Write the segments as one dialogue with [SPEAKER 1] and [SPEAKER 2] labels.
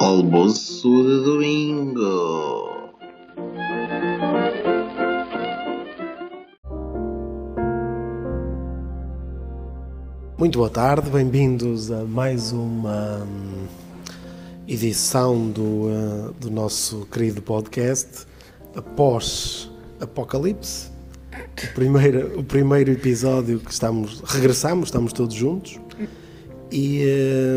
[SPEAKER 1] almoço de domingo.
[SPEAKER 2] Muito boa tarde, bem-vindos a mais uma hum, edição do, uh, do nosso querido podcast após Apocalipse. O primeiro, o primeiro episódio que estamos, regressamos, estamos todos juntos. E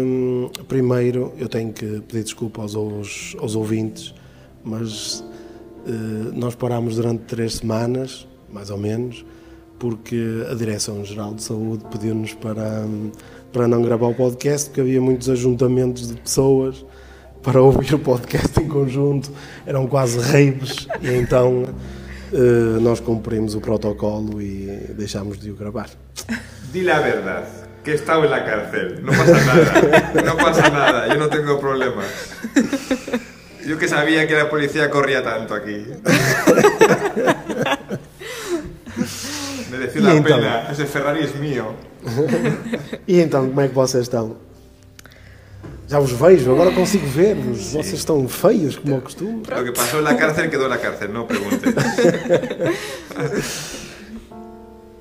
[SPEAKER 2] hum, primeiro eu tenho que pedir desculpa aos, aos, aos ouvintes, mas eh, nós parámos durante três semanas, mais ou menos, porque a Direção-Geral de Saúde pediu-nos para, hum, para não gravar o podcast, porque havia muitos ajuntamentos de pessoas para ouvir o podcast em conjunto, eram quase raves, e então eh, nós cumprimos o protocolo e deixámos de o gravar.
[SPEAKER 3] Di la verdad, que he estado en la cárcel. No pasa nada, no pasa nada, yo no tengo problemas. Yo que sabía que la policía corría tanto aquí. Mereció
[SPEAKER 2] Y
[SPEAKER 3] la
[SPEAKER 2] entonces-
[SPEAKER 3] pena, ese Ferrari es mío.
[SPEAKER 2] E então, como é que vocês estão? Já vos vejo, agora consigo ver-vos. Vocês estão feios, como ao costume.
[SPEAKER 3] Lo que pasó en la cárcel quedó en la cárcel, no preguntes.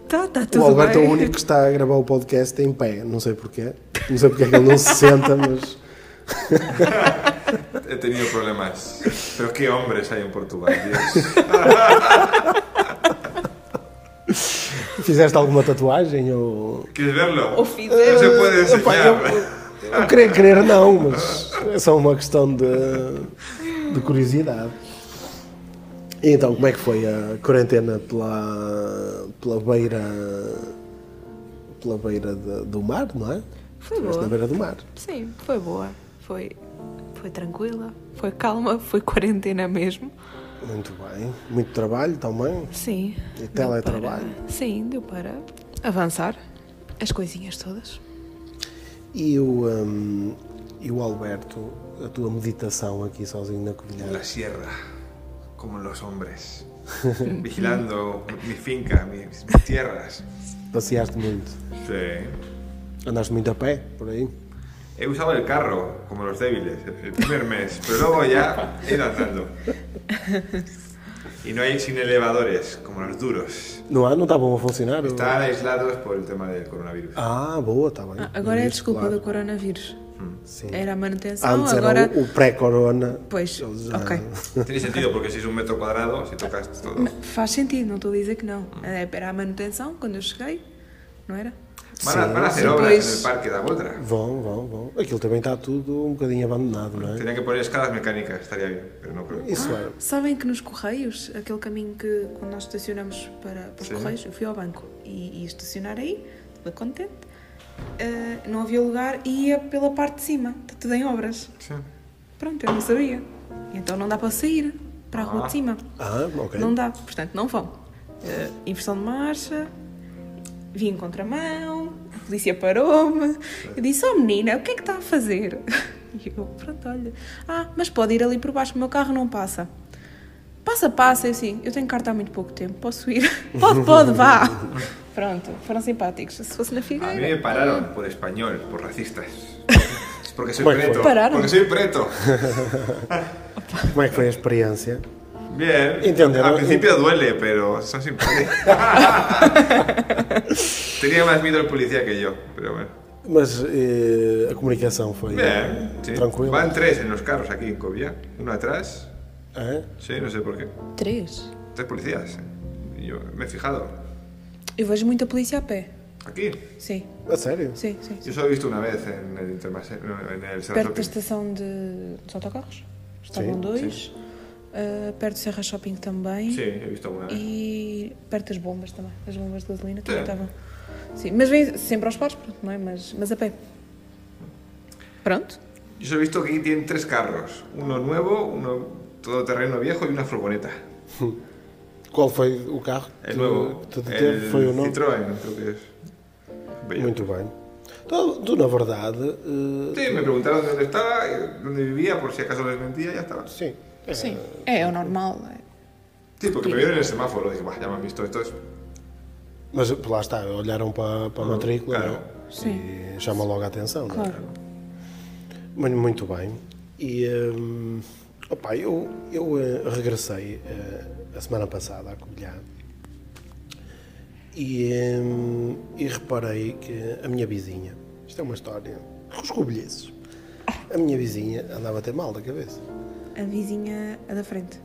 [SPEAKER 4] Tá, tá tudo
[SPEAKER 2] O Alberto é
[SPEAKER 4] bem.
[SPEAKER 2] o único que está a gravar o podcast em pé, não sei porquê. Não sei porque é que ele não se senta, mas.
[SPEAKER 3] He tenido problemas. Pero qué hombres hay en Portugal, Dios.
[SPEAKER 2] Fizeste alguma tatuagem ou.
[SPEAKER 3] ¿Quieres verlo?
[SPEAKER 4] Ou
[SPEAKER 3] No
[SPEAKER 4] fizer-
[SPEAKER 3] se puede
[SPEAKER 2] Epá,
[SPEAKER 3] enseñar.
[SPEAKER 2] eu, eu querer, querer não, mas é só uma questão de, de curiosidade. E então, como é que foi a quarentena pela, pela beira. pela beira de- do mar, não é?
[SPEAKER 4] Foi
[SPEAKER 2] Estiveste na
[SPEAKER 4] boa.
[SPEAKER 2] beira do mar.
[SPEAKER 4] Sim, foi boa. Foi, foi tranquila, foi calma, foi quarentena mesmo.
[SPEAKER 2] Muito bem. Muito trabalho também.
[SPEAKER 4] Sim.
[SPEAKER 2] E
[SPEAKER 4] deu
[SPEAKER 2] teletrabalho.
[SPEAKER 4] para- Sim, deu para avançar as coisinhas todas.
[SPEAKER 2] E o, hum, e o Alberto, a tua meditação aqui sozinho na
[SPEAKER 3] En
[SPEAKER 2] Covilhã.
[SPEAKER 3] la sierra, como los hombres, vigilando mi finca, mis, mis tierras.
[SPEAKER 2] Passeaste muito.
[SPEAKER 3] Sí.
[SPEAKER 2] Andaste muito a pé, por aí.
[SPEAKER 3] He usado el carro, como los débiles, el- el primer mes, pero luego ya he ido andando. Y no hay sin elevadores, como los duros.
[SPEAKER 2] Não há? Não estavam a funcionar?
[SPEAKER 3] Están aislados por el tema del coronavirus.
[SPEAKER 2] Ah, boa, está bem.
[SPEAKER 4] Agora é a
[SPEAKER 2] Isso,
[SPEAKER 4] desculpa
[SPEAKER 2] claro.
[SPEAKER 4] do coronavírus.
[SPEAKER 2] Sim.
[SPEAKER 4] Era a manutenção,
[SPEAKER 2] Antes
[SPEAKER 4] agora.
[SPEAKER 2] era o, o pré-corona.
[SPEAKER 4] Pois,
[SPEAKER 2] Eles eh, já-
[SPEAKER 4] ok.
[SPEAKER 3] Tiene sentido porque si es un metro cuadrado, si tocas todo.
[SPEAKER 4] Faz sentido, não estou a dizer que não.
[SPEAKER 2] Hum.
[SPEAKER 4] É, Era a manutenção quando eu cheguei, não era?
[SPEAKER 3] Van a, van a hacer
[SPEAKER 4] sí,
[SPEAKER 3] obras
[SPEAKER 4] pues.
[SPEAKER 3] en el parque de Agotra.
[SPEAKER 2] Vão, vão, vão. Aquilo também está tudo um bocadinho abandonado, não é?
[SPEAKER 3] Tenían que poner escalas mecánicas, estaría bien, pero no creo.
[SPEAKER 2] Isso é. era.
[SPEAKER 4] Sabem que nos Correios, aquele caminho que quando nós estacionamos para, para os
[SPEAKER 3] Sim.
[SPEAKER 4] Correios, eu fui ao banco e, e estacionar aí, toda contente, ah, não havia lugar e ia pela parte de cima, está tudo em obras.
[SPEAKER 3] Sí.
[SPEAKER 4] Pronto, eu não sabia. Então não dá para sair para a rua de cima.
[SPEAKER 2] Ah, ok.
[SPEAKER 4] Não dá, portanto não vão. Ah, inversão de marcha, vim em contramão, a polícia parou-me. Eu disse, oh menina, o que é que está a fazer? E eu, pronto, olha. Ah, mas pode ir ali por baixo, o meu carro não passa. Passa, passa, eu assim, eu tenho carta há muito pouco tempo, posso ir? Pode, pode, vá. Pronto, foram simpáticos. Se fosse na
[SPEAKER 3] A mí me
[SPEAKER 4] Figueira...
[SPEAKER 3] pararon por español, por racistas. Es porque soy
[SPEAKER 2] Bueno,
[SPEAKER 3] preto.
[SPEAKER 4] pues. Pararon.
[SPEAKER 3] Porque soy preto.
[SPEAKER 2] Como é que foi a experiência?
[SPEAKER 3] Bien.
[SPEAKER 2] Entiendo,
[SPEAKER 3] Al
[SPEAKER 2] ¿no?
[SPEAKER 3] principio duele, pero son simpáticos. Tenía más miedo el policía que yo, pero bueno.
[SPEAKER 2] Mas eh, a comunicação foi eh,
[SPEAKER 3] Bien, sí.
[SPEAKER 2] tranquila?
[SPEAKER 3] Van tres en los carros aquí en Covia. Uno atrás.
[SPEAKER 2] É?
[SPEAKER 3] Sí, no sé por qué.
[SPEAKER 4] Três.
[SPEAKER 3] Tres policías. Y yo me he fijado.
[SPEAKER 4] Eu vejo muita polícia a pé.
[SPEAKER 3] Aquí.
[SPEAKER 4] Sim,
[SPEAKER 2] A sério?
[SPEAKER 4] sim, sim. sim.
[SPEAKER 3] Yo solo he visto una vez en el Intermas- no, en el
[SPEAKER 4] Perto da
[SPEAKER 3] Seratopi.
[SPEAKER 4] estação de, dos autocarros. Estavam
[SPEAKER 2] Sim,
[SPEAKER 4] dois. Ah, perto do Serra Shopping também.
[SPEAKER 3] Sí, he visto alguna vez.
[SPEAKER 4] E perto das bombas também. As bombas de gasolina
[SPEAKER 2] É.
[SPEAKER 3] Sim.
[SPEAKER 4] também estavam. Sim, mas vem sempre aos pares, pronto, não é? Mas, mas a pé. Pronto.
[SPEAKER 3] Yo solo he visto que aquí tienen tres carros. Uno nuevo, uno todoterreno viejo y una furgoneta.
[SPEAKER 2] Qual foi o carro que
[SPEAKER 3] El nuevo.
[SPEAKER 2] te deteve?
[SPEAKER 3] el
[SPEAKER 2] Foi o nome?
[SPEAKER 3] É Citroën, creo que es. Bello.
[SPEAKER 2] Muito bem. Então, Tu, tu, na verdade. eh,
[SPEAKER 3] Sí, me preguntaron dónde estaba, eh, dónde vivía, por si acaso les mentía, ya estaba.
[SPEAKER 2] sim. eh,
[SPEAKER 4] Sim. É, é o normal. é.
[SPEAKER 3] Sí, porque me vieron en el semáforo, dije, "Buah, ya me han visto estos.
[SPEAKER 2] Mas lá está, olharam para, para a matrícula
[SPEAKER 3] claro.
[SPEAKER 2] não é?
[SPEAKER 4] Sim.
[SPEAKER 2] e chama logo a atenção. não é?
[SPEAKER 4] Claro.
[SPEAKER 2] Muito- Muito bem. E hum, opa, eu, eu eh, regressei eh, a semana passada a Covilhã e, hum, e reparei que a minha vizinha, isto é uma história, os cobilheses, a minha vizinha andava até mal da cabeça.
[SPEAKER 4] A vizinha a da frente.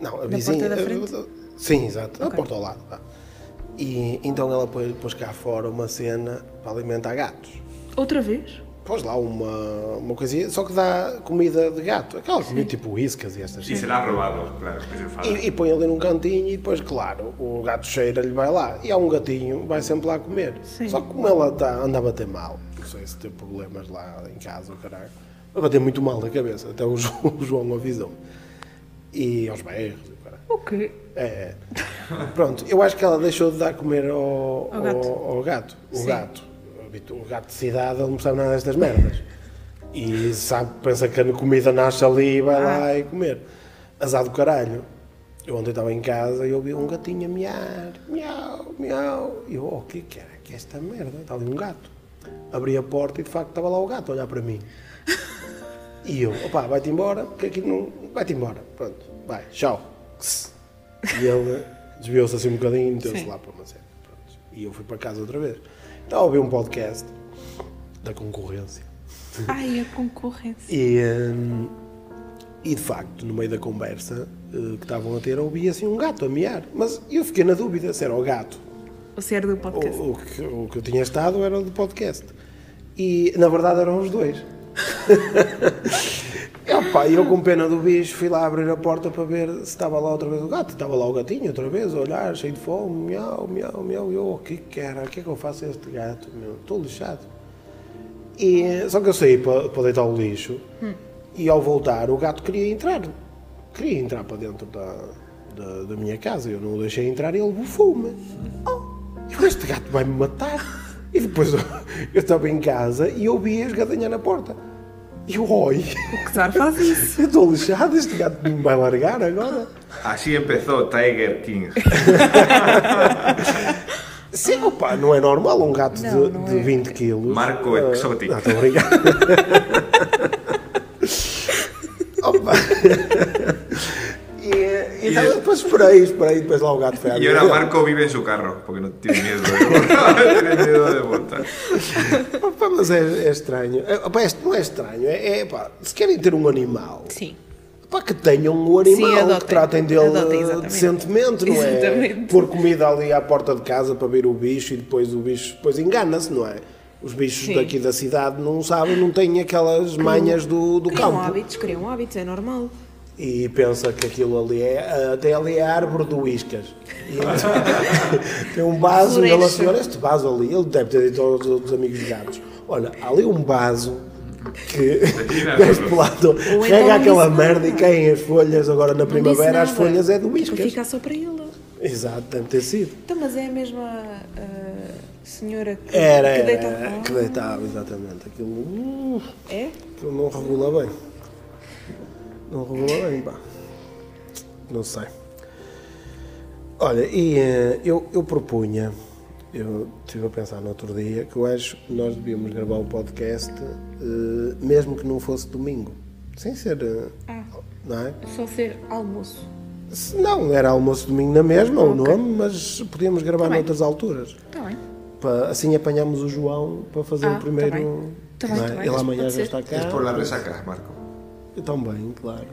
[SPEAKER 2] Não, a
[SPEAKER 4] Na
[SPEAKER 2] vizinha.
[SPEAKER 4] porta da
[SPEAKER 2] a-
[SPEAKER 4] frente?
[SPEAKER 2] a- Sim, exato, a
[SPEAKER 4] Ok.
[SPEAKER 2] porta ao lado. vá. E então ela pôs, pôs cá fora uma cena para alimentar gatos.
[SPEAKER 4] Outra vez?
[SPEAKER 2] Pôs lá uma, uma coisinha, só que dá comida de gato, aquela comida tipo whiskas e estas
[SPEAKER 3] Y se la ha robado, claro, que se enfada.
[SPEAKER 2] e, e põe ali num cantinho e depois, claro, o gato cheira-lhe vai lá. E há um gatinho, vai sempre lá comer.
[SPEAKER 4] Sim.
[SPEAKER 2] Só que como ela tá, anda a bater mal, não sei se tem problemas lá em casa, o caralho, a bater muito mal da cabeça, até o João, o João avisou-me. E aos berros, e o caralho.
[SPEAKER 4] O quê?
[SPEAKER 2] É. Pronto, eu acho que ela deixou de dar comer ao,
[SPEAKER 4] Ao gato.
[SPEAKER 2] ao- ao gato. O
[SPEAKER 4] Sim.
[SPEAKER 2] gato. Habitu- O gato de cidade, ele não sabe nada destas merdas. E sabe, pensa que a comida nasce ali e vai
[SPEAKER 4] Ah.
[SPEAKER 2] lá e comer. Azar do caralho. Eu ontem estava em casa e ouvi um gatinho a miar, miau, miau. E eu, oh, o que que era que esta merda? Estava ali um gato. Abri a porta e de facto estava lá o gato a olhar para mim. E eu, opá, vai-te embora, porque aqui não. Vai-te embora, pronto, vai, tchau. E ele desviou-se assim um bocadinho e meteu-se
[SPEAKER 4] Sim.
[SPEAKER 2] lá para uma cena. Pronto. E eu fui para casa outra vez. Então ouvi um podcast da concorrência.
[SPEAKER 4] Ai, a concorrência.
[SPEAKER 2] E, hum, e de facto, no meio da conversa eh, que estavam a ter, ouvi assim um gato a miar. Mas eu fiquei na dúvida se era o gato
[SPEAKER 4] O ser do podcast.
[SPEAKER 2] o, o que, o que eu tinha estado era o do podcast. E na verdade eram os dois. E, opa, eu com pena do bicho fui lá abrir a porta para ver se estava lá outra vez o gato. Estava lá o gatinho outra vez, a olhar, cheio de fome, miau, miau, miau. E eu, "Oh, o que que era? O que é que eu faço a este gato? meu? Estou lixado. E, só que eu saí para, para deitar o lixo e ao voltar o gato queria entrar. Queria entrar para dentro da, da, da minha casa. Eu não o deixei entrar e ele bufou-me. Oh, eu, este gato vai-me matar. E depois eu, eu estava em casa e ouvi a esgadanhar na porta. E eu, oi,
[SPEAKER 4] O Cesar faz isso.
[SPEAKER 2] eu estou lixado, este gato me vai largar agora.
[SPEAKER 3] Así empezó Tiger King.
[SPEAKER 2] Sim, opa, não é normal um gato
[SPEAKER 4] Não,
[SPEAKER 2] de,
[SPEAKER 4] não
[SPEAKER 2] de
[SPEAKER 4] é.
[SPEAKER 2] 20 quilos.
[SPEAKER 3] Marco
[SPEAKER 2] Ah,
[SPEAKER 3] Exotic.
[SPEAKER 2] Não, estou obrigado. opa. E, e, então, depois esperei, esperei, depois lá o gato foi à
[SPEAKER 3] Y
[SPEAKER 2] minha
[SPEAKER 3] ahora
[SPEAKER 2] frente.
[SPEAKER 3] Marco vive en su carro, porque no tiene miedo de volar. no tiene miedo de volar.
[SPEAKER 2] Opa, mas é, é estranho. É, Opa, é- não é estranho, é, é pá, se querem ter um animal,
[SPEAKER 4] Sim.
[SPEAKER 2] Pá, que tenham um
[SPEAKER 4] Sim,
[SPEAKER 2] animal,
[SPEAKER 4] adotem.
[SPEAKER 2] que tratem dele
[SPEAKER 4] Adotem, exatamente.
[SPEAKER 2] decentemente, não é?
[SPEAKER 4] Exatamente.
[SPEAKER 2] Pôr comida ali à porta de casa para ver o bicho e depois o bicho depois engana-se, não é? Os bichos
[SPEAKER 4] Sim.
[SPEAKER 2] daqui da cidade não sabem, não têm aquelas manhas do, do
[SPEAKER 4] Criam
[SPEAKER 2] campo.
[SPEAKER 4] hábitos, criam hábitos, é normal.
[SPEAKER 2] E pensa que aquilo ali é, até ali é a árvore do Iscas. E tem um vaso, e ela
[SPEAKER 4] Floresce.
[SPEAKER 2] senhora, este vaso ali, ele deve ter dito aos outros amigos gatos: Olha, há ali um vaso que
[SPEAKER 3] não,
[SPEAKER 2] gajo
[SPEAKER 3] não.
[SPEAKER 2] pelado
[SPEAKER 4] então
[SPEAKER 2] rega
[SPEAKER 4] não
[SPEAKER 2] aquela
[SPEAKER 4] disse
[SPEAKER 2] merda e
[SPEAKER 4] nada.
[SPEAKER 2] caem as folhas. Agora na
[SPEAKER 4] Não disse
[SPEAKER 2] primavera as
[SPEAKER 4] nada.
[SPEAKER 2] folhas é do
[SPEAKER 4] Para
[SPEAKER 2] Iscas.
[SPEAKER 4] ficar só para ele.
[SPEAKER 2] Exato, deve ter sido.
[SPEAKER 4] Então, mas é a mesma ah, senhora que,
[SPEAKER 2] Era,
[SPEAKER 4] que
[SPEAKER 2] era,
[SPEAKER 4] deitava-
[SPEAKER 2] era,
[SPEAKER 4] Ah,
[SPEAKER 2] que deitava, exatamente. Aquilo, uh,
[SPEAKER 4] É?
[SPEAKER 2] aquilo não regula bem. Não regula bem, pá. Não sei. Olha, e eh, eu, eu propunha, eu estive a pensar no outro dia, que eu acho que nós devíamos gravar o podcast eh, mesmo que não fosse domingo. Sem ser. eh,
[SPEAKER 4] Ah.
[SPEAKER 2] Não é?
[SPEAKER 4] Só ser almoço.
[SPEAKER 2] Se não, era almoço domingo na mesma, o
[SPEAKER 4] Ok.
[SPEAKER 2] nome, mas podíamos gravar
[SPEAKER 4] Tá bem.
[SPEAKER 2] noutras alturas.
[SPEAKER 4] Está Tá bem.
[SPEAKER 2] Pa- assim apanhamos o João para fazer
[SPEAKER 4] Ah,
[SPEAKER 2] o
[SPEAKER 4] tá
[SPEAKER 2] primeiro.
[SPEAKER 4] bem. Tá bem,
[SPEAKER 2] não é?
[SPEAKER 4] tá
[SPEAKER 2] Ele
[SPEAKER 4] bem, acho que
[SPEAKER 2] amanhã
[SPEAKER 4] pode
[SPEAKER 2] já
[SPEAKER 4] ser.
[SPEAKER 2] está cá.
[SPEAKER 3] Es por la resaca, Marco.
[SPEAKER 2] Eu também, claro.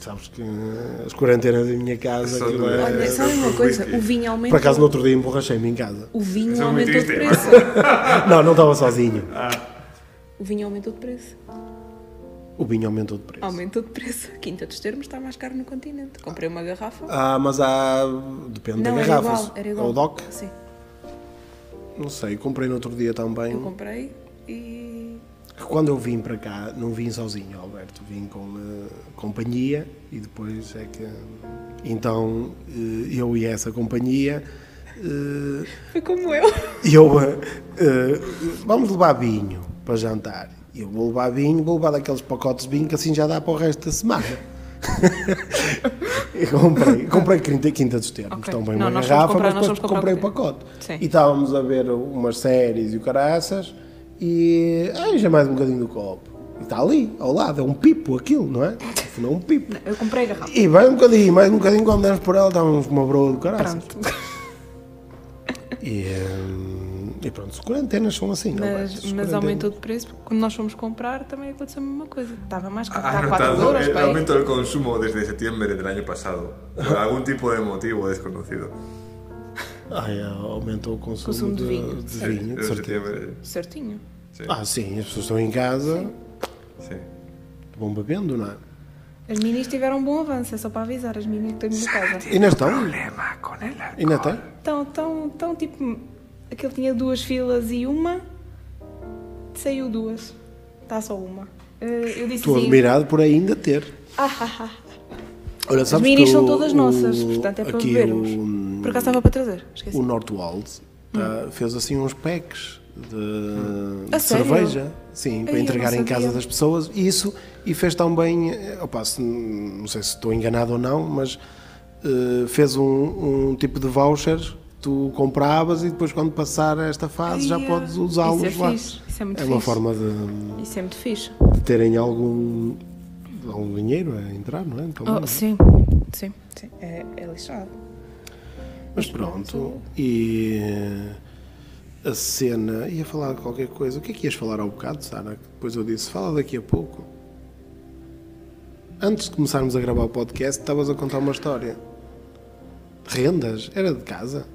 [SPEAKER 2] Sabes que eh, as quarentenas da minha casa.
[SPEAKER 3] Só
[SPEAKER 2] aquilo
[SPEAKER 3] doer.
[SPEAKER 2] é-
[SPEAKER 4] Olha,
[SPEAKER 3] Eh,
[SPEAKER 4] sabe uma
[SPEAKER 3] whisky.
[SPEAKER 4] coisa? O vinho
[SPEAKER 2] Por
[SPEAKER 4] aumentou.
[SPEAKER 2] acaso no outro dia emborrachei-me em casa.
[SPEAKER 4] O
[SPEAKER 3] Isso
[SPEAKER 4] vinho
[SPEAKER 3] é muito
[SPEAKER 4] aumentou de
[SPEAKER 3] triste,
[SPEAKER 4] preço.
[SPEAKER 2] Não, não estava sozinho.
[SPEAKER 4] O vinho aumentou de preço.
[SPEAKER 2] O vinho aumentou de preço.
[SPEAKER 4] Aumentou de preço. Quinta dos termos está mais caro no continente. Comprei uma garrafa.
[SPEAKER 2] Ah, mas há. Depende
[SPEAKER 4] não,
[SPEAKER 2] da
[SPEAKER 4] era
[SPEAKER 2] garrafa.
[SPEAKER 4] igual, era igual.
[SPEAKER 2] Ou DOC? Hum.
[SPEAKER 4] Sim.
[SPEAKER 2] Não sei, comprei no outro dia também.
[SPEAKER 4] Eu comprei e.
[SPEAKER 2] Quando eu vim para cá, não vim sozinho, Alberto, vim com eh, companhia e depois é que. Então eh, eu e essa companhia. eh,
[SPEAKER 4] Foi como eu.
[SPEAKER 2] eu. eh, eh, vamos levar vinho para jantar. Eu vou levar vinho, vou levar daqueles pacotes de vinho que assim já dá para o resto da semana. eu comprei, comprei quinta, quinta dos termos,
[SPEAKER 4] Ok.
[SPEAKER 2] também
[SPEAKER 4] Não,
[SPEAKER 2] uma
[SPEAKER 4] nós fomos
[SPEAKER 2] garrafa, mas
[SPEAKER 4] comprar- nós
[SPEAKER 2] depois
[SPEAKER 4] fomos
[SPEAKER 2] comprei
[SPEAKER 4] comprar
[SPEAKER 2] o pacote.
[SPEAKER 4] Sim.
[SPEAKER 2] E estávamos a ver umas séries e o caraças e. Ai, já mais um bocadinho do copo. E está ali, ao lado, é um pipo aquilo, não é? Afinal, é um pipo.
[SPEAKER 4] Eu comprei a garrafa.
[SPEAKER 2] E vai um bocadinho, mais um bocadinho, quando demos por ela, estávamos com uma broa do caralho.
[SPEAKER 4] Pronto.
[SPEAKER 2] E, hum, e pronto, as quarentenas são assim, não é? As
[SPEAKER 4] Mas, mas
[SPEAKER 2] quarentenas-
[SPEAKER 4] aumentou de preço porque quando nós fomos comprar também aconteceu a mesma coisa. Estava mais caro,
[SPEAKER 3] Ha
[SPEAKER 4] está 4
[SPEAKER 3] notado
[SPEAKER 4] euros.
[SPEAKER 3] el
[SPEAKER 4] pá, aí.
[SPEAKER 3] aumento del consumo desde septiembre del año pasado, por algún tipo de motivo desconocido.
[SPEAKER 2] Ah, é, aumentou o consumo,
[SPEAKER 4] Consumo de vinho.
[SPEAKER 2] de vinho, de
[SPEAKER 3] Desde
[SPEAKER 2] certeza.
[SPEAKER 3] septiembre,
[SPEAKER 4] Certinho.
[SPEAKER 3] sí,
[SPEAKER 2] Ah, sim, as pessoas estão em casa,
[SPEAKER 3] sí.
[SPEAKER 2] vão bebendo, não é?
[SPEAKER 4] As minis tiveram um bom avanço, é só para avisar as minis que estão em casa.
[SPEAKER 2] Ainda estão? Ainda tem?
[SPEAKER 4] Então, tão, tão tipo. Aquele tinha duas filas e uma. Saiu duas. Está só uma. Eh, Eu disse
[SPEAKER 2] Estou
[SPEAKER 4] assim.
[SPEAKER 2] admirado por ainda ter.
[SPEAKER 4] Ah, ah, ah.
[SPEAKER 2] Olha,
[SPEAKER 4] As
[SPEAKER 2] sabes
[SPEAKER 4] minis
[SPEAKER 2] que
[SPEAKER 4] são
[SPEAKER 2] o-
[SPEAKER 4] todas nossas,
[SPEAKER 2] o-
[SPEAKER 4] portanto é para
[SPEAKER 2] aqui
[SPEAKER 4] bebermos.
[SPEAKER 2] o-
[SPEAKER 4] Por acaso estava para trazer, esqueci.
[SPEAKER 2] O Nordwald tá, fez assim uns packs de, de
[SPEAKER 4] Hum. A sério?
[SPEAKER 2] cerveja sim, para
[SPEAKER 4] eu
[SPEAKER 2] entregar
[SPEAKER 4] não
[SPEAKER 2] em casa
[SPEAKER 4] sabia.
[SPEAKER 2] das pessoas e isso e fez tão bem eh, opa, se- não sei se estou enganado ou não, mas eh, fez um, um tipo de vouchers tu compravas e depois quando passar esta fase já
[SPEAKER 4] Ai, é.
[SPEAKER 2] podes usá-los
[SPEAKER 4] Isso é
[SPEAKER 2] lá.
[SPEAKER 4] fixe, isso é muito
[SPEAKER 2] uma
[SPEAKER 4] fixe.
[SPEAKER 2] forma de,
[SPEAKER 4] Isso é muito fixe.
[SPEAKER 2] de terem algum, algum dinheiro a entrar, não é? Pelo
[SPEAKER 4] Oh,
[SPEAKER 2] menos.
[SPEAKER 4] sim, sim, sim. É, é lixado.
[SPEAKER 2] Mas pronto, e a cena. Ia falar de qualquer coisa. O que é que ias falar ao bocado, Sara? Que Depois eu disse, fala daqui a pouco. Antes de começarmos a gravar o podcast, estavas a contar uma história. Rendas? Era de casa?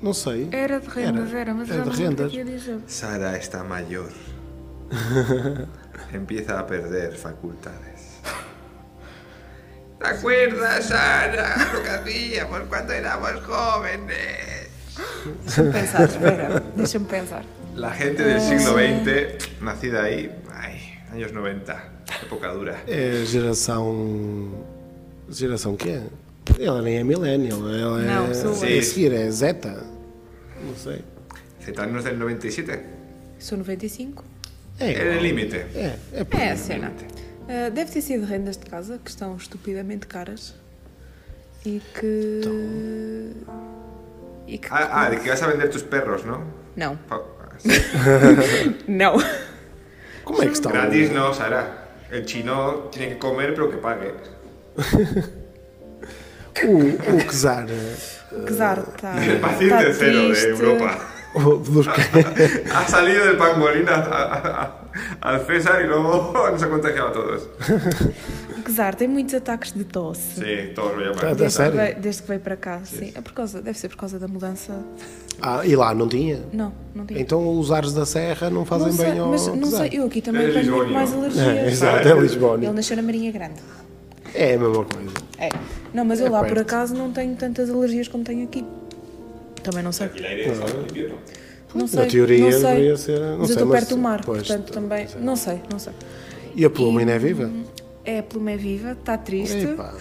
[SPEAKER 2] Não sei.
[SPEAKER 4] Era de rendas, era, mas
[SPEAKER 2] era
[SPEAKER 4] já
[SPEAKER 2] de
[SPEAKER 4] não sei o que é
[SPEAKER 2] rendas.
[SPEAKER 4] que ia dizer.
[SPEAKER 3] Sara está mayor. Empieza a perder facultades. ¿Te acuerdas, Sara, lo que hacíamos cuando éramos jóvenes?
[SPEAKER 4] Deixa-me pensar, espera. Deixa-me pensar.
[SPEAKER 3] La gente del siglo XX, nacida ahí, ay, años 90, época dura.
[SPEAKER 2] É geração. Geração quê? Ela nem é millennial, ela
[SPEAKER 4] Não,
[SPEAKER 2] é.
[SPEAKER 4] sou um
[SPEAKER 3] eu.
[SPEAKER 2] a seguir, é Zeta. Não sei.
[SPEAKER 3] Cetanos del 97.
[SPEAKER 4] Sou 95.
[SPEAKER 2] É,
[SPEAKER 3] Era
[SPEAKER 2] igual.
[SPEAKER 3] el límite.
[SPEAKER 2] é, é por
[SPEAKER 4] É
[SPEAKER 2] aí.
[SPEAKER 4] a cena. Ah, deve ter sido rendas de casa, que estão estupidamente caras. E que. E que.
[SPEAKER 3] Então. Ah, ah, de que vas a vender tus perros, ¿no?
[SPEAKER 4] Não.
[SPEAKER 3] Pa-
[SPEAKER 4] Não.
[SPEAKER 3] eh,
[SPEAKER 2] Como é que está o-
[SPEAKER 3] Gratis no, Sara. El chino tiene que comer, pero que pague.
[SPEAKER 2] O, o Czar eh,
[SPEAKER 4] Apesar de estar.
[SPEAKER 3] El
[SPEAKER 4] tá
[SPEAKER 3] paciente cero de é Europa.
[SPEAKER 2] o- dos que-
[SPEAKER 3] Ha salido del pangolín a- a- a- al César y luego nos ha contagiado a todos.
[SPEAKER 4] Apesar, tem muitos ataques de tosse.
[SPEAKER 3] Sí, todos lo
[SPEAKER 2] Ah, da
[SPEAKER 3] llaman.
[SPEAKER 4] Desde que,
[SPEAKER 2] série.
[SPEAKER 4] veio, desde que veio para cá, sim. É por causa, deve ser por causa da mudança.
[SPEAKER 2] Ah, e lá não tinha.
[SPEAKER 4] Não, não tinha.
[SPEAKER 2] Então os ares da serra não
[SPEAKER 4] não
[SPEAKER 2] fazem
[SPEAKER 4] sei,
[SPEAKER 2] bem ao
[SPEAKER 4] mas não
[SPEAKER 2] Czar.
[SPEAKER 4] sei, eu aqui também
[SPEAKER 3] É
[SPEAKER 4] tenho
[SPEAKER 3] Lisbónia.
[SPEAKER 4] muito mais
[SPEAKER 2] É,
[SPEAKER 4] alergias.
[SPEAKER 2] exato, é Lisboa.
[SPEAKER 4] Ele nasceu na Marinha Grande.
[SPEAKER 2] É a mesma coisa.
[SPEAKER 4] É. Não, mas eu lá por
[SPEAKER 2] perto.
[SPEAKER 4] acaso não tenho tantas alergias como tenho aqui. Também não sei.
[SPEAKER 3] Y el aire es invierno.
[SPEAKER 4] Não sei.
[SPEAKER 2] teoria,
[SPEAKER 4] não sei.
[SPEAKER 2] deveria ser- não sei,
[SPEAKER 4] mas eu estou
[SPEAKER 2] mas-
[SPEAKER 4] perto do mar,
[SPEAKER 2] pois, é.
[SPEAKER 4] portanto também. Não sei, não sei.
[SPEAKER 2] E a pluma ainda é viva?
[SPEAKER 4] É, a pluma é viva, está triste.
[SPEAKER 2] Epá.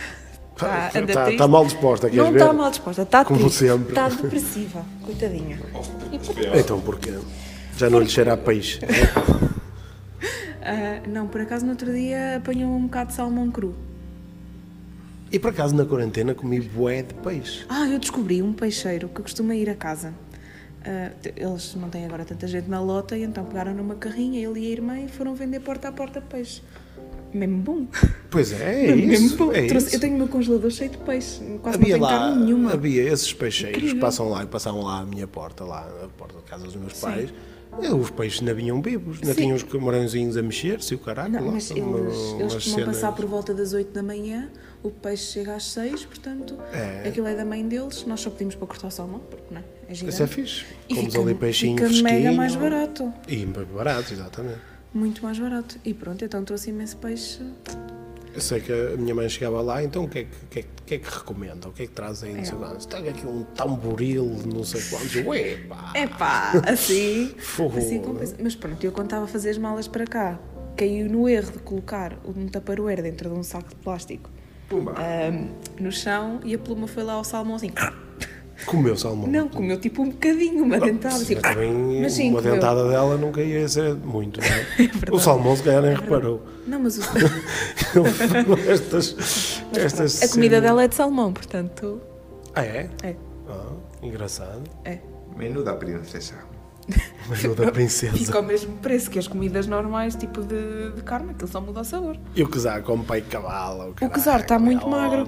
[SPEAKER 4] Tá, anda
[SPEAKER 2] Tá-
[SPEAKER 4] triste.
[SPEAKER 2] tá mal disposta, queres
[SPEAKER 4] Não
[SPEAKER 2] ver?
[SPEAKER 4] está mal disposta, está
[SPEAKER 2] Como
[SPEAKER 4] triste.
[SPEAKER 2] sempre.
[SPEAKER 4] Está depressiva, coitadinha.
[SPEAKER 2] Então porquê? Já não lhe cheira a peixe.
[SPEAKER 4] Ah, não, por acaso no outro dia apanhou um bocado de salmão cru.
[SPEAKER 2] E por acaso na quarentena comi bué de peixe.
[SPEAKER 4] Ah, eu descobri um peixeiro que costuma ir a casa. Ah, te- eles não têm agora tanta gente na lota e então pegaram numa carrinha, ele e a irmã, e foram vender porta a porta peixe. Mesmo bom.
[SPEAKER 2] Pois é, é
[SPEAKER 4] Mesmo
[SPEAKER 2] isso.
[SPEAKER 4] bom.
[SPEAKER 2] É
[SPEAKER 4] Trouxe-
[SPEAKER 2] isso.
[SPEAKER 4] Eu tenho o meu congelador cheio de peixe, quase
[SPEAKER 2] Havia
[SPEAKER 4] não tenho
[SPEAKER 2] lá,
[SPEAKER 4] carne nenhuma.
[SPEAKER 2] havia esses peixeiros que passam lá e passavam lá à minha porta, lá à porta de casa dos meus pais. Eh, Os peixes ainda vinham vivos, ainda
[SPEAKER 4] Sim.
[SPEAKER 2] tinham os camarãozinhos a mexer-se e o caralho.
[SPEAKER 4] Ah, Não,
[SPEAKER 2] lá,
[SPEAKER 4] mas eles,
[SPEAKER 2] uma-
[SPEAKER 4] eles
[SPEAKER 2] umas
[SPEAKER 4] costumam passar
[SPEAKER 2] cenas.
[SPEAKER 4] por volta das 8 da manhã, o peixe chega às 6, portanto,
[SPEAKER 2] É.
[SPEAKER 4] aquilo é da mãe deles, nós só pedimos para cortar o salmão, porque não é? É gigante.
[SPEAKER 2] Isso é fixe.
[SPEAKER 4] E
[SPEAKER 2] Comes
[SPEAKER 4] fica-
[SPEAKER 2] ali peixinho
[SPEAKER 4] fica
[SPEAKER 2] fresquinho.
[SPEAKER 4] mega mais barato.
[SPEAKER 2] E bem barato, exatamente.
[SPEAKER 4] Muito mais barato. E pronto, então trouxe imenso peixe.
[SPEAKER 2] Eu sei que a minha mãe chegava lá, então o que é que, o que, é que- o que, é que recomenda? O que é que traz aí? Não sei quantos. Tem aqui um tamboril, de não sei quantos. Ué, pá!
[SPEAKER 4] Epá, assim,
[SPEAKER 2] Ah. Fogo.
[SPEAKER 4] assim compensa. Mas pronto, eu quando estava a fazer as malas para cá, caí no erro de colocar um taparoeiro dentro de um saco de plástico
[SPEAKER 3] Pumba.
[SPEAKER 4] ahm, no chão e a pluma foi lá ao salmãozinho.
[SPEAKER 2] Comeu salmão.
[SPEAKER 4] Não, comeu tipo um bocadinho, uma dentada.
[SPEAKER 2] Mas
[SPEAKER 4] Tipo,
[SPEAKER 2] Ah, também
[SPEAKER 4] mas sim,
[SPEAKER 2] uma
[SPEAKER 4] comeu.
[SPEAKER 2] dentada dela nunca ia ser muito, não é? o salmão se calhar
[SPEAKER 4] É
[SPEAKER 2] nem reparou.
[SPEAKER 4] Não, mas o-
[SPEAKER 2] estas, estas
[SPEAKER 4] a comida
[SPEAKER 2] cenas-
[SPEAKER 4] dela é de salmão, portanto.
[SPEAKER 2] Ah, é?
[SPEAKER 4] É,
[SPEAKER 2] Ah, engraçado.
[SPEAKER 4] é.
[SPEAKER 3] Menuda princesa.
[SPEAKER 2] Mas o da princesa.
[SPEAKER 4] Fica ao mesmo preço que as comidas normais, tipo de, de carne, aquilo só muda o sabor.
[SPEAKER 2] E o Cusar come pai de cavalo.
[SPEAKER 4] O Cusar está muito magro.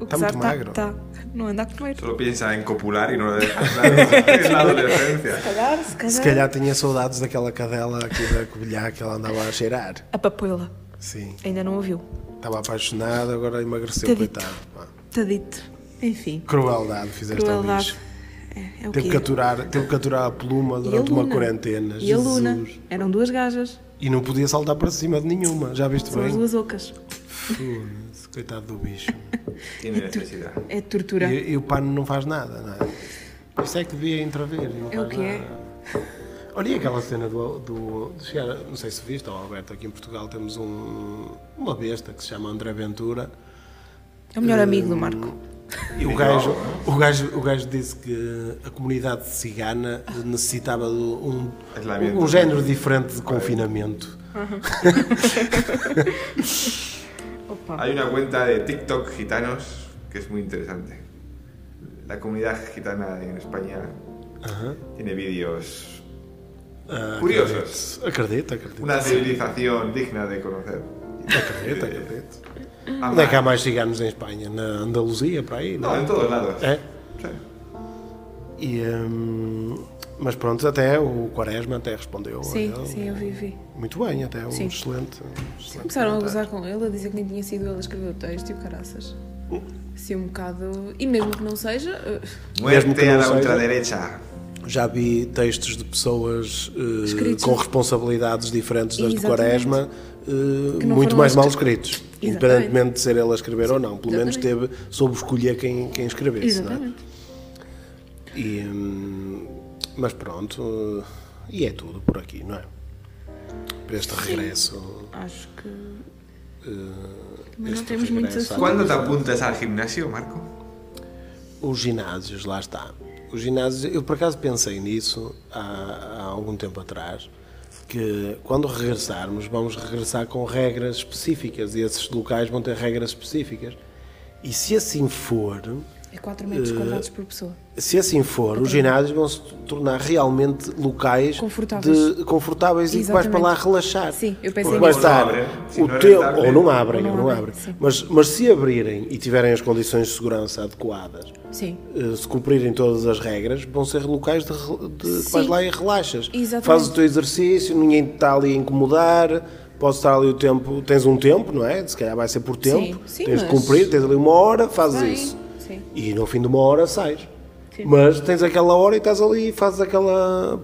[SPEAKER 4] O
[SPEAKER 2] Está
[SPEAKER 4] Cusar
[SPEAKER 2] muito magro.
[SPEAKER 4] Tá, Não anda a comer.
[SPEAKER 3] Solo piensa en copular y no le deja nada. Es la adolescencia.
[SPEAKER 4] Se calhar, se calhar.
[SPEAKER 2] Se calhar tinha saudades daquela cadela aqui da cobilhar que ela andava a cheirar.
[SPEAKER 4] A papoila.
[SPEAKER 2] Sim.
[SPEAKER 4] Ainda não ouviu.
[SPEAKER 2] Estava apaixonada, agora emagreceu,
[SPEAKER 4] Tadito.
[SPEAKER 2] coitado. Pá.
[SPEAKER 4] Está Tá dito. Enfim.
[SPEAKER 2] Crueldade, fizeste ao
[SPEAKER 4] Crueldade.
[SPEAKER 2] bicho.
[SPEAKER 4] É, é o
[SPEAKER 2] Teve
[SPEAKER 4] quê?
[SPEAKER 2] que, aturar, teve que aturar a pluma
[SPEAKER 4] E a
[SPEAKER 2] durante uma
[SPEAKER 4] Luna?
[SPEAKER 2] quarentena.
[SPEAKER 4] E a Luna.
[SPEAKER 2] Jesus.
[SPEAKER 4] Eram duas gajas.
[SPEAKER 2] E não podia saltar para cima de nenhuma, já viste
[SPEAKER 4] São as
[SPEAKER 2] bem?
[SPEAKER 4] duas ocas.
[SPEAKER 2] Foda-se, coitado do bicho.
[SPEAKER 3] Tiene necesidad.
[SPEAKER 4] É tortura.
[SPEAKER 2] E, e o pano não faz nada, não é? Isso é que devia intervir. não
[SPEAKER 4] É o
[SPEAKER 2] faz
[SPEAKER 4] que é.
[SPEAKER 2] nada. Olha e aquela cena do, do, de chegar, a- não sei se viste, ó, Alberto, aqui em Portugal temos um, uma besta que se chama André Ventura.
[SPEAKER 4] É o melhor amigo do Marco.
[SPEAKER 2] E o gajo, o, gajo, o gajo disse que a comunidade cigana necessitava de um,
[SPEAKER 3] Isolamento.
[SPEAKER 2] um género diferente de confinamento.
[SPEAKER 4] Opa.
[SPEAKER 3] Hay una cuenta de TikTok gitanos que es muy interesante. La comunidad gitana en España
[SPEAKER 2] Aham.
[SPEAKER 3] tiene vídeos.
[SPEAKER 2] Ah,
[SPEAKER 3] Curiosos.
[SPEAKER 2] Acredito, acredito.
[SPEAKER 3] Una civilización digna de conocer.
[SPEAKER 2] Acredito,
[SPEAKER 3] Eh,
[SPEAKER 2] acredito.
[SPEAKER 3] amar.
[SPEAKER 2] Onde é que há mais ciganos em Espanha? Na Andaluzia, para aí?
[SPEAKER 3] No, en todos lados.
[SPEAKER 2] É?
[SPEAKER 3] Sí.
[SPEAKER 2] E, hum, mas pronto, até o Quaresma até respondeu.
[SPEAKER 4] Sim,
[SPEAKER 2] a ele.
[SPEAKER 4] sim, eu vivi.
[SPEAKER 2] Muito bem, até um
[SPEAKER 4] Sim.
[SPEAKER 2] excelente. um excelente
[SPEAKER 4] Começaram a
[SPEAKER 2] comentário.
[SPEAKER 4] gozar com ele, a dizer que nem tinha sido ele a escrever o texto e o caraças. Assim, um bocado. E mesmo que não seja. eh,
[SPEAKER 2] Mesmo que
[SPEAKER 3] Muerte a
[SPEAKER 2] no
[SPEAKER 3] la
[SPEAKER 2] sea-
[SPEAKER 3] ultraderecha.
[SPEAKER 2] Já vi textos de pessoas eh,
[SPEAKER 4] Escritos.
[SPEAKER 2] com responsabilidades diferentes das do
[SPEAKER 4] Exatamente.
[SPEAKER 2] Quaresma, eh,
[SPEAKER 4] Que não
[SPEAKER 2] muito
[SPEAKER 4] foram
[SPEAKER 2] mais
[SPEAKER 4] eles
[SPEAKER 2] mal
[SPEAKER 4] que-
[SPEAKER 2] escritos.
[SPEAKER 4] Exatamente.
[SPEAKER 2] Independentemente de ser ele a escrever ou não, pelo menos teve, soube escolher quem, quem escrevesse. Não é?
[SPEAKER 4] Exatamente.
[SPEAKER 2] E, hum, mas pronto, eh, e é tudo por aqui, não é? Para este regresso.
[SPEAKER 4] Acho que.
[SPEAKER 2] eh,
[SPEAKER 4] Também não
[SPEAKER 2] este
[SPEAKER 4] temos muitos
[SPEAKER 2] regresso à-
[SPEAKER 4] assuntos.
[SPEAKER 3] ¿Cuándo te apuntas al gimnasio, Marco?
[SPEAKER 2] Os ginásios, lá está. Os ginásios, eu por acaso pensei nisso há, há algum tempo atrás, que quando regressarmos, vamos regressar com regras específicas e esses locais vão ter regras específicas. E se assim for,
[SPEAKER 4] É 4 metros
[SPEAKER 2] Eh,
[SPEAKER 4] quadrados por pessoa.
[SPEAKER 2] se assim for, os ginásios vão se tornar realmente locais
[SPEAKER 4] Confortáveis.
[SPEAKER 2] de- confortáveis e que vais para lá
[SPEAKER 4] Exatamente.
[SPEAKER 2] relaxar.
[SPEAKER 4] Sim, eu pensei
[SPEAKER 2] Porque
[SPEAKER 4] nisso.
[SPEAKER 2] vai
[SPEAKER 4] Ou
[SPEAKER 3] não
[SPEAKER 2] estar
[SPEAKER 3] abrem, se
[SPEAKER 2] o
[SPEAKER 3] não é
[SPEAKER 2] teu,
[SPEAKER 3] rentável.
[SPEAKER 2] ou não abrem,
[SPEAKER 4] Ou
[SPEAKER 2] ou
[SPEAKER 4] não
[SPEAKER 2] não
[SPEAKER 4] abrem,
[SPEAKER 2] abrem.
[SPEAKER 4] sim.
[SPEAKER 2] Mas, mas se abrirem e tiverem as condições de segurança adequadas,
[SPEAKER 4] Sim.
[SPEAKER 2] eh, se cumprirem todas as regras, vão ser locais de, re- de que vais
[SPEAKER 4] Sim.
[SPEAKER 2] lá e relaxas.
[SPEAKER 4] Exatamente.
[SPEAKER 2] Fazes o teu exercício, ninguém te está ali a incomodar, podes estar ali o tempo, tens um tempo, não é? Se calhar vai ser por tempo,
[SPEAKER 4] Sim,
[SPEAKER 2] tens de
[SPEAKER 4] mas-
[SPEAKER 2] cumprir, tens ali uma hora, fazes
[SPEAKER 4] Bem,
[SPEAKER 2] isso.
[SPEAKER 4] Sim.
[SPEAKER 2] E no fim de uma hora sais.
[SPEAKER 4] Sim.
[SPEAKER 2] Mas tens aquela hora e estás ali e fazes aquele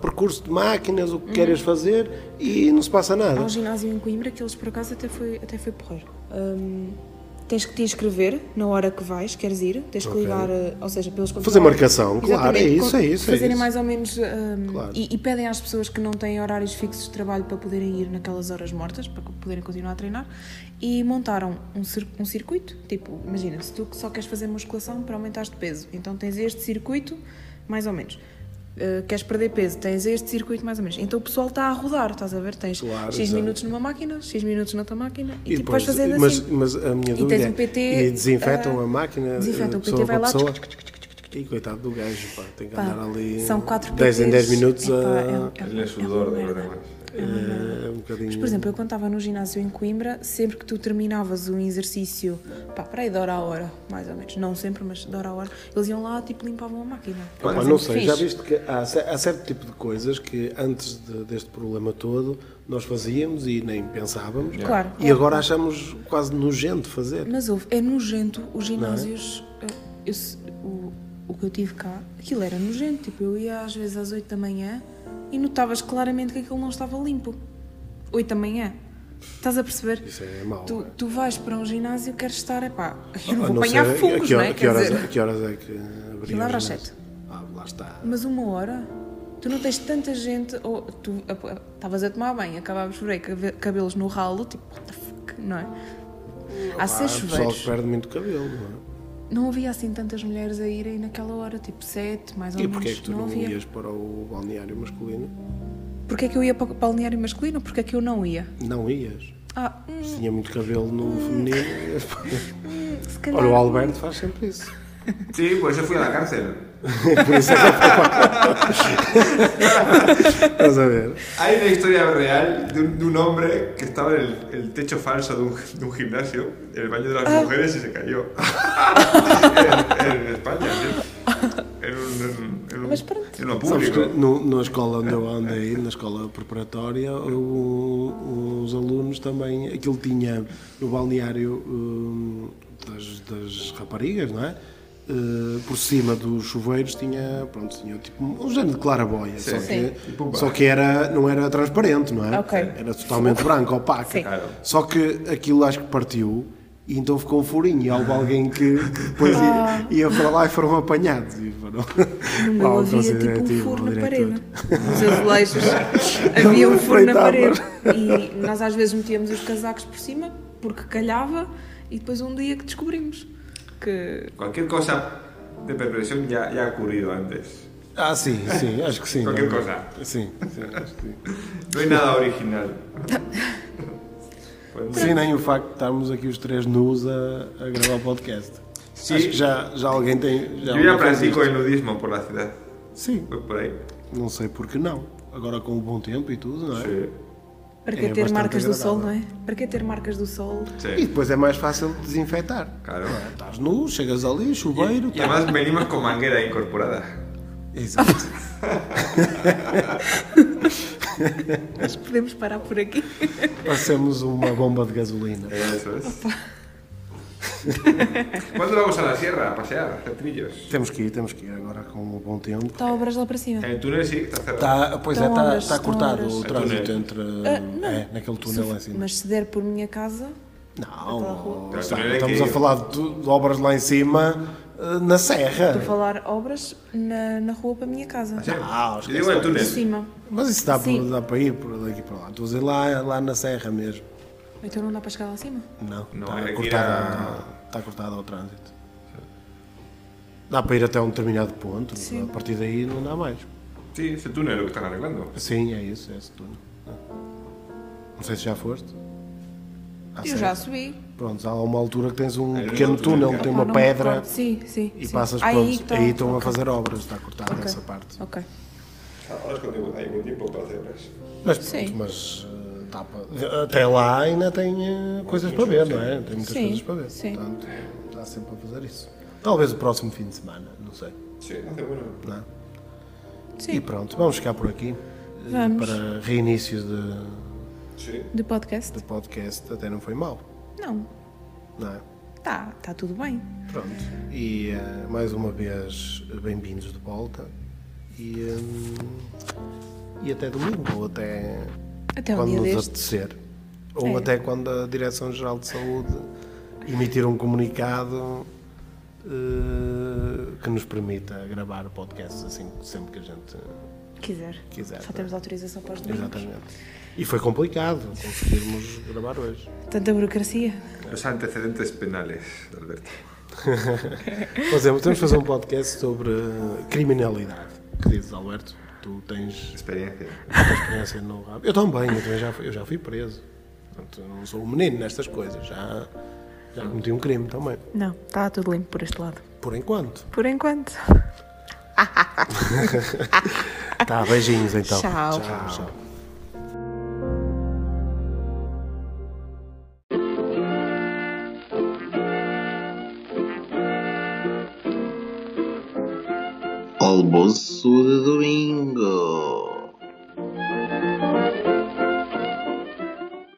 [SPEAKER 2] percurso de máquinas,
[SPEAKER 4] Uhum.
[SPEAKER 2] o que queres fazer e não se passa nada.
[SPEAKER 4] Há um ginásio em Coimbra que eles por acaso até foi, até foi porreiro. Hum, tens que te inscrever na hora que vais, queres ir, tens que
[SPEAKER 2] Ok.
[SPEAKER 4] ligar, eh, ou seja, pelos
[SPEAKER 2] Fazer marcação, claro, é
[SPEAKER 4] Exatamente,
[SPEAKER 2] isso, é isso, é
[SPEAKER 4] Fazerem
[SPEAKER 2] isso.
[SPEAKER 4] mais ou menos. hum,
[SPEAKER 2] Claro.
[SPEAKER 4] e, e pedem às pessoas que não têm horários fixos de trabalho para poderem ir naquelas horas mortas, para poderem continuar a treinar, e montaram um, cir- um circuito. Tipo, imagina, se tu só queres fazer musculação para aumentar de peso, então tens este circuito, mais ou menos. Uh, queres perder peso, tens este circuito mais ou menos. Então o pessoal está a rodar, estás a ver? Tens
[SPEAKER 2] Claro,
[SPEAKER 4] X
[SPEAKER 2] exato.
[SPEAKER 4] minutos numa máquina, X minutos noutra máquina e,
[SPEAKER 2] E
[SPEAKER 4] tipo,
[SPEAKER 2] depois-
[SPEAKER 4] vais fazendo
[SPEAKER 2] mas,
[SPEAKER 4] assim.
[SPEAKER 2] mas a minha
[SPEAKER 4] E
[SPEAKER 2] dúvida
[SPEAKER 4] tens
[SPEAKER 2] é,
[SPEAKER 4] um PT,
[SPEAKER 2] e desinfetam
[SPEAKER 4] ah,
[SPEAKER 2] a máquina eh,
[SPEAKER 4] desinfetam, o PT
[SPEAKER 2] pessoa
[SPEAKER 4] vai
[SPEAKER 2] por
[SPEAKER 4] lá,
[SPEAKER 2] pessoa. E coitado do gajo, pá, tem que
[SPEAKER 4] Pá,
[SPEAKER 2] andar ali
[SPEAKER 4] são 4
[SPEAKER 2] 10 em 10 minutos
[SPEAKER 4] Epá,
[SPEAKER 2] a,
[SPEAKER 4] é- é-
[SPEAKER 3] El
[SPEAKER 4] é
[SPEAKER 3] sudor
[SPEAKER 4] uma
[SPEAKER 3] de los
[SPEAKER 4] merda.
[SPEAKER 3] demás.
[SPEAKER 2] eh, um bocadinho.
[SPEAKER 4] Mas, por exemplo, eu quando estava no ginásio em Coimbra, sempre que tu terminavas um exercício, pá, para aí de hora a hora, mais ou menos, não sempre, mas de hora a hora, eles iam lá, tipo, limpavam a máquina.
[SPEAKER 2] Opa,
[SPEAKER 4] Era
[SPEAKER 2] Ah, não
[SPEAKER 4] sempre
[SPEAKER 2] sei,
[SPEAKER 4] fixe.
[SPEAKER 2] já viste que há, ce- há certo tipo de coisas que antes de- deste problema todo nós fazíamos e nem pensávamos.
[SPEAKER 4] Claro.
[SPEAKER 2] E agora achamos quase nojento fazer.
[SPEAKER 4] Mas houve, é nojento os ginásios. eh, eu se- o, o que eu tive cá, aquilo era nojento. Tipo, eu ia às vezes às 8 da manhã e notavas claramente que aquilo não estava limpo. 8 da manhã. Estás a perceber?
[SPEAKER 2] Isso é mau,
[SPEAKER 4] Tu,
[SPEAKER 2] é?
[SPEAKER 4] tu vais para um ginásio e queres estar, epá, eu não
[SPEAKER 2] Ah,
[SPEAKER 4] vou apanhar
[SPEAKER 2] sei, a
[SPEAKER 4] fogos,
[SPEAKER 2] que,
[SPEAKER 4] não
[SPEAKER 2] hora-
[SPEAKER 4] é?
[SPEAKER 2] que
[SPEAKER 4] Quer
[SPEAKER 2] horas,
[SPEAKER 4] dizer,
[SPEAKER 2] a que horas é que abrimos?
[SPEAKER 4] abre às sete.
[SPEAKER 2] Ah, lá está.
[SPEAKER 4] mas uma hora? Tu não tens tanta gente, ou tu ap- ap- estavas a tomar banho, acabavas por aí cabe- cabelos no ralo, tipo, what the fuck, não é? Há
[SPEAKER 2] Ah,
[SPEAKER 4] seis
[SPEAKER 2] o pessoal
[SPEAKER 4] chuveiros.
[SPEAKER 2] que perde muito cabelo, não é?
[SPEAKER 4] Não havia assim tantas mulheres a irem naquela hora, tipo sete, mais ou
[SPEAKER 2] é? E
[SPEAKER 4] menos.
[SPEAKER 2] porquê é que tu
[SPEAKER 4] não
[SPEAKER 2] não,
[SPEAKER 4] havia.
[SPEAKER 2] ias para o balneário masculino?
[SPEAKER 4] Porquê é que eu ia para o balneário masculino? Porquê é que eu não ia?
[SPEAKER 2] Não ias.
[SPEAKER 4] Ah, hum,
[SPEAKER 2] Se tinha muito cabelo no feminino.
[SPEAKER 4] se calhar.
[SPEAKER 2] Olha, o Alberto faz sempre isso.
[SPEAKER 3] Sí, por eso fui a la cárcel.
[SPEAKER 2] Por isso é que eu falo. Estás a ver?
[SPEAKER 3] Hay una historia real de un, de un hombre que estaba en el, el techo falso de un, de un gimnasio, en el baño de las mujeres, y se cayó. en, en España, sí. En un, en, en un,
[SPEAKER 4] Mas pronto.
[SPEAKER 3] en lo
[SPEAKER 2] Sabes que
[SPEAKER 3] público.
[SPEAKER 2] no- na escola onde eu andei, na escola preparatória, o- os alunos também, aquilo tinha no balneário hum, das, das raparigas, não é? Eh, por cima dos chuveiros tinha, pronto, tinha tipo um género de claraboia, só
[SPEAKER 4] Sim.
[SPEAKER 2] que,
[SPEAKER 3] Tipo um bar.
[SPEAKER 2] só que era, não era transparente, não é?
[SPEAKER 4] Ok.
[SPEAKER 2] Era totalmente branco, opaca.
[SPEAKER 4] Sim.
[SPEAKER 3] Claro.
[SPEAKER 2] Só que aquilo acho que partiu e então ficou um furinho. E houve alguém que que depois
[SPEAKER 4] Ah.
[SPEAKER 2] ia, ia para lá e foram apanhados. E foram... Lá
[SPEAKER 4] No meu
[SPEAKER 2] o
[SPEAKER 4] havia
[SPEAKER 2] conselho
[SPEAKER 4] tipo um
[SPEAKER 2] diretivo,
[SPEAKER 4] furo
[SPEAKER 2] o
[SPEAKER 4] na
[SPEAKER 2] Ah, é diretor.
[SPEAKER 4] parede. Nos azulejos havia um furo na parede.
[SPEAKER 2] Aproveitava.
[SPEAKER 4] E nós às vezes metíamos os casacos por cima porque calhava e depois um dia que descobrimos que
[SPEAKER 3] Cualquier cosa de perversión ya, ya ha ocurrido antes.
[SPEAKER 2] Ah, sim, sim, acho que sim.
[SPEAKER 3] Qualquer
[SPEAKER 2] não. é?
[SPEAKER 3] coisa.
[SPEAKER 2] Sim, sim, acho que sim.
[SPEAKER 3] No hay nada original. Pues
[SPEAKER 2] Sim, nem o facto de estarmos aqui os três nus a, a gravar o podcast.
[SPEAKER 3] Sim.
[SPEAKER 2] Acho que já, já alguém tem. Já
[SPEAKER 3] Yo ya
[SPEAKER 2] alguém fez
[SPEAKER 3] practico
[SPEAKER 2] isto.
[SPEAKER 3] el nudismo por la ciudad.
[SPEAKER 2] Sim,
[SPEAKER 3] Pues por ahí.
[SPEAKER 2] não sei porque não. Agora com o bom tempo e tudo, não é?
[SPEAKER 3] Sí.
[SPEAKER 4] para que
[SPEAKER 2] É
[SPEAKER 4] ter
[SPEAKER 2] bastante
[SPEAKER 4] marcas do sol,
[SPEAKER 2] agradável.
[SPEAKER 4] não é? Para que ter marcas do sol?
[SPEAKER 2] E
[SPEAKER 3] Sí.
[SPEAKER 2] depois é mais fácil de desinfetar.
[SPEAKER 3] Claro.
[SPEAKER 2] Estás nu, chegas ali, chuveiro.
[SPEAKER 3] Y
[SPEAKER 2] tá-
[SPEAKER 3] además venimos con manguera incorporada.
[SPEAKER 2] Exato.
[SPEAKER 4] Acho que podemos parar por aqui.
[SPEAKER 2] Passamos uma bomba de gasolina.
[SPEAKER 3] ¿Eh? Eso es. ¿Cuándo vamos a la sierra a pasear, a hacer trillos?
[SPEAKER 2] Temos que ir, temos que ir agora com o bom tempo.
[SPEAKER 4] Está obras lá para cima.
[SPEAKER 3] En el túnel sí, está cerrado.
[SPEAKER 2] Tá, pois
[SPEAKER 4] Estão
[SPEAKER 2] é,
[SPEAKER 4] horas,
[SPEAKER 2] está
[SPEAKER 4] estão
[SPEAKER 2] cortado
[SPEAKER 4] horas.
[SPEAKER 2] o
[SPEAKER 3] É
[SPEAKER 2] trânsito
[SPEAKER 3] túnel.
[SPEAKER 2] entre.
[SPEAKER 4] Ah, não.
[SPEAKER 2] é, naquele túnel lá em cima.
[SPEAKER 4] Mas se der por minha casa,
[SPEAKER 2] Não,
[SPEAKER 3] Tá,
[SPEAKER 2] está-
[SPEAKER 3] túnel é
[SPEAKER 2] estamos
[SPEAKER 3] que-
[SPEAKER 2] a falar de, de obras lá em cima, eh, na
[SPEAKER 4] estou a
[SPEAKER 2] serra.
[SPEAKER 4] falar obras na, na rua para a minha casa.
[SPEAKER 3] Sí.
[SPEAKER 2] Ah, os
[SPEAKER 3] Yo
[SPEAKER 2] que
[SPEAKER 3] digo el
[SPEAKER 2] son-
[SPEAKER 4] Por
[SPEAKER 3] túnel.
[SPEAKER 4] cima.
[SPEAKER 2] Mas isso dá,
[SPEAKER 4] Sim.
[SPEAKER 2] por, dá para ir por daqui para lá. Estou a dizer lá, lá na serra mesmo.
[SPEAKER 4] Então não dá para chegar lá acima?
[SPEAKER 2] Não,
[SPEAKER 3] Não,
[SPEAKER 2] está,
[SPEAKER 3] é que ir
[SPEAKER 2] cortado,
[SPEAKER 3] a-
[SPEAKER 2] está cortado ao trânsito. Dá para ir até um determinado ponto,
[SPEAKER 4] Sim.
[SPEAKER 2] a partir daí não dá mais.
[SPEAKER 3] Sí, es el túnel lo que están arreglando.
[SPEAKER 2] Sim, é isso, é esse túnel. Não sei se já foste. À
[SPEAKER 4] Eu
[SPEAKER 2] serra.
[SPEAKER 4] já subi.
[SPEAKER 2] Pronto, há uma altura que tens um
[SPEAKER 3] É,
[SPEAKER 2] pequeno
[SPEAKER 3] outra altura,
[SPEAKER 2] túnel,
[SPEAKER 3] é.
[SPEAKER 2] tem
[SPEAKER 4] Opa,
[SPEAKER 2] uma
[SPEAKER 4] não me
[SPEAKER 2] pedra
[SPEAKER 4] recordo. Sim, sim.
[SPEAKER 2] e
[SPEAKER 4] sim.
[SPEAKER 2] passas
[SPEAKER 4] Aí
[SPEAKER 2] pronto.
[SPEAKER 4] tá-
[SPEAKER 2] Aí estão a
[SPEAKER 4] ok,
[SPEAKER 2] fazer obras, está cortada
[SPEAKER 4] ok,
[SPEAKER 2] essa parte.
[SPEAKER 4] Ok.
[SPEAKER 3] Ahora es cuando hay algún tiempo para hacerlas.
[SPEAKER 2] Mas
[SPEAKER 4] Sim.
[SPEAKER 2] pronto, mas eh, tá pa- até lá ainda tem eh, coisas para ver, não é? Tem muitas
[SPEAKER 4] Sim,
[SPEAKER 2] coisas para ver.
[SPEAKER 4] sim.
[SPEAKER 2] Portanto, dá sempre para fazer isso. Talvez o próximo fim de semana, não sei.
[SPEAKER 3] Sí, hace bueno.
[SPEAKER 2] Não é? E
[SPEAKER 4] Sim,
[SPEAKER 2] pronto, vamos ficar por aqui. eh,
[SPEAKER 4] Vamos.
[SPEAKER 2] Para reinício de,
[SPEAKER 3] Sí.
[SPEAKER 4] de podcast?
[SPEAKER 2] do podcast, até não foi mal,
[SPEAKER 4] Não.
[SPEAKER 2] não é?
[SPEAKER 4] Tá, tá tudo bem.
[SPEAKER 2] Pronto. E eh, mais uma vez, bem-vindos de volta. E, eh, e até domingo, ou até
[SPEAKER 4] Até um
[SPEAKER 2] quando
[SPEAKER 4] dia
[SPEAKER 2] nos
[SPEAKER 4] deste.
[SPEAKER 2] apetecer. Ou
[SPEAKER 4] É.
[SPEAKER 2] até quando a Direção-Geral de Saúde emitir um comunicado eh, que nos permita gravar podcasts assim sempre que a gente
[SPEAKER 4] Quiser.
[SPEAKER 2] quiser.
[SPEAKER 4] Só
[SPEAKER 2] não é?
[SPEAKER 4] temos autorização para os domingos.
[SPEAKER 2] Exatamente. E foi complicado conseguirmos gravar hoje.
[SPEAKER 4] Tanta burocracia.
[SPEAKER 3] Los antecedentes penales, Alberto.
[SPEAKER 2] Por exemplo, temos de fazer um podcast sobre eh, criminalidade. Que dizes, Alberto? Tu tens
[SPEAKER 3] Experiencia.
[SPEAKER 2] experiência no rabo. Eu também, eu, também já, fui, eu já fui preso. Portanto, eu não sou um menino nestas coisas. Já, já cometi um crime também.
[SPEAKER 4] Não, tá tudo limpo por este lado.
[SPEAKER 2] Por enquanto.
[SPEAKER 4] Por enquanto.
[SPEAKER 2] Tá, beijinhos então.
[SPEAKER 4] Tchau.
[SPEAKER 2] Tchau. tchau.
[SPEAKER 1] Almoço de domingo.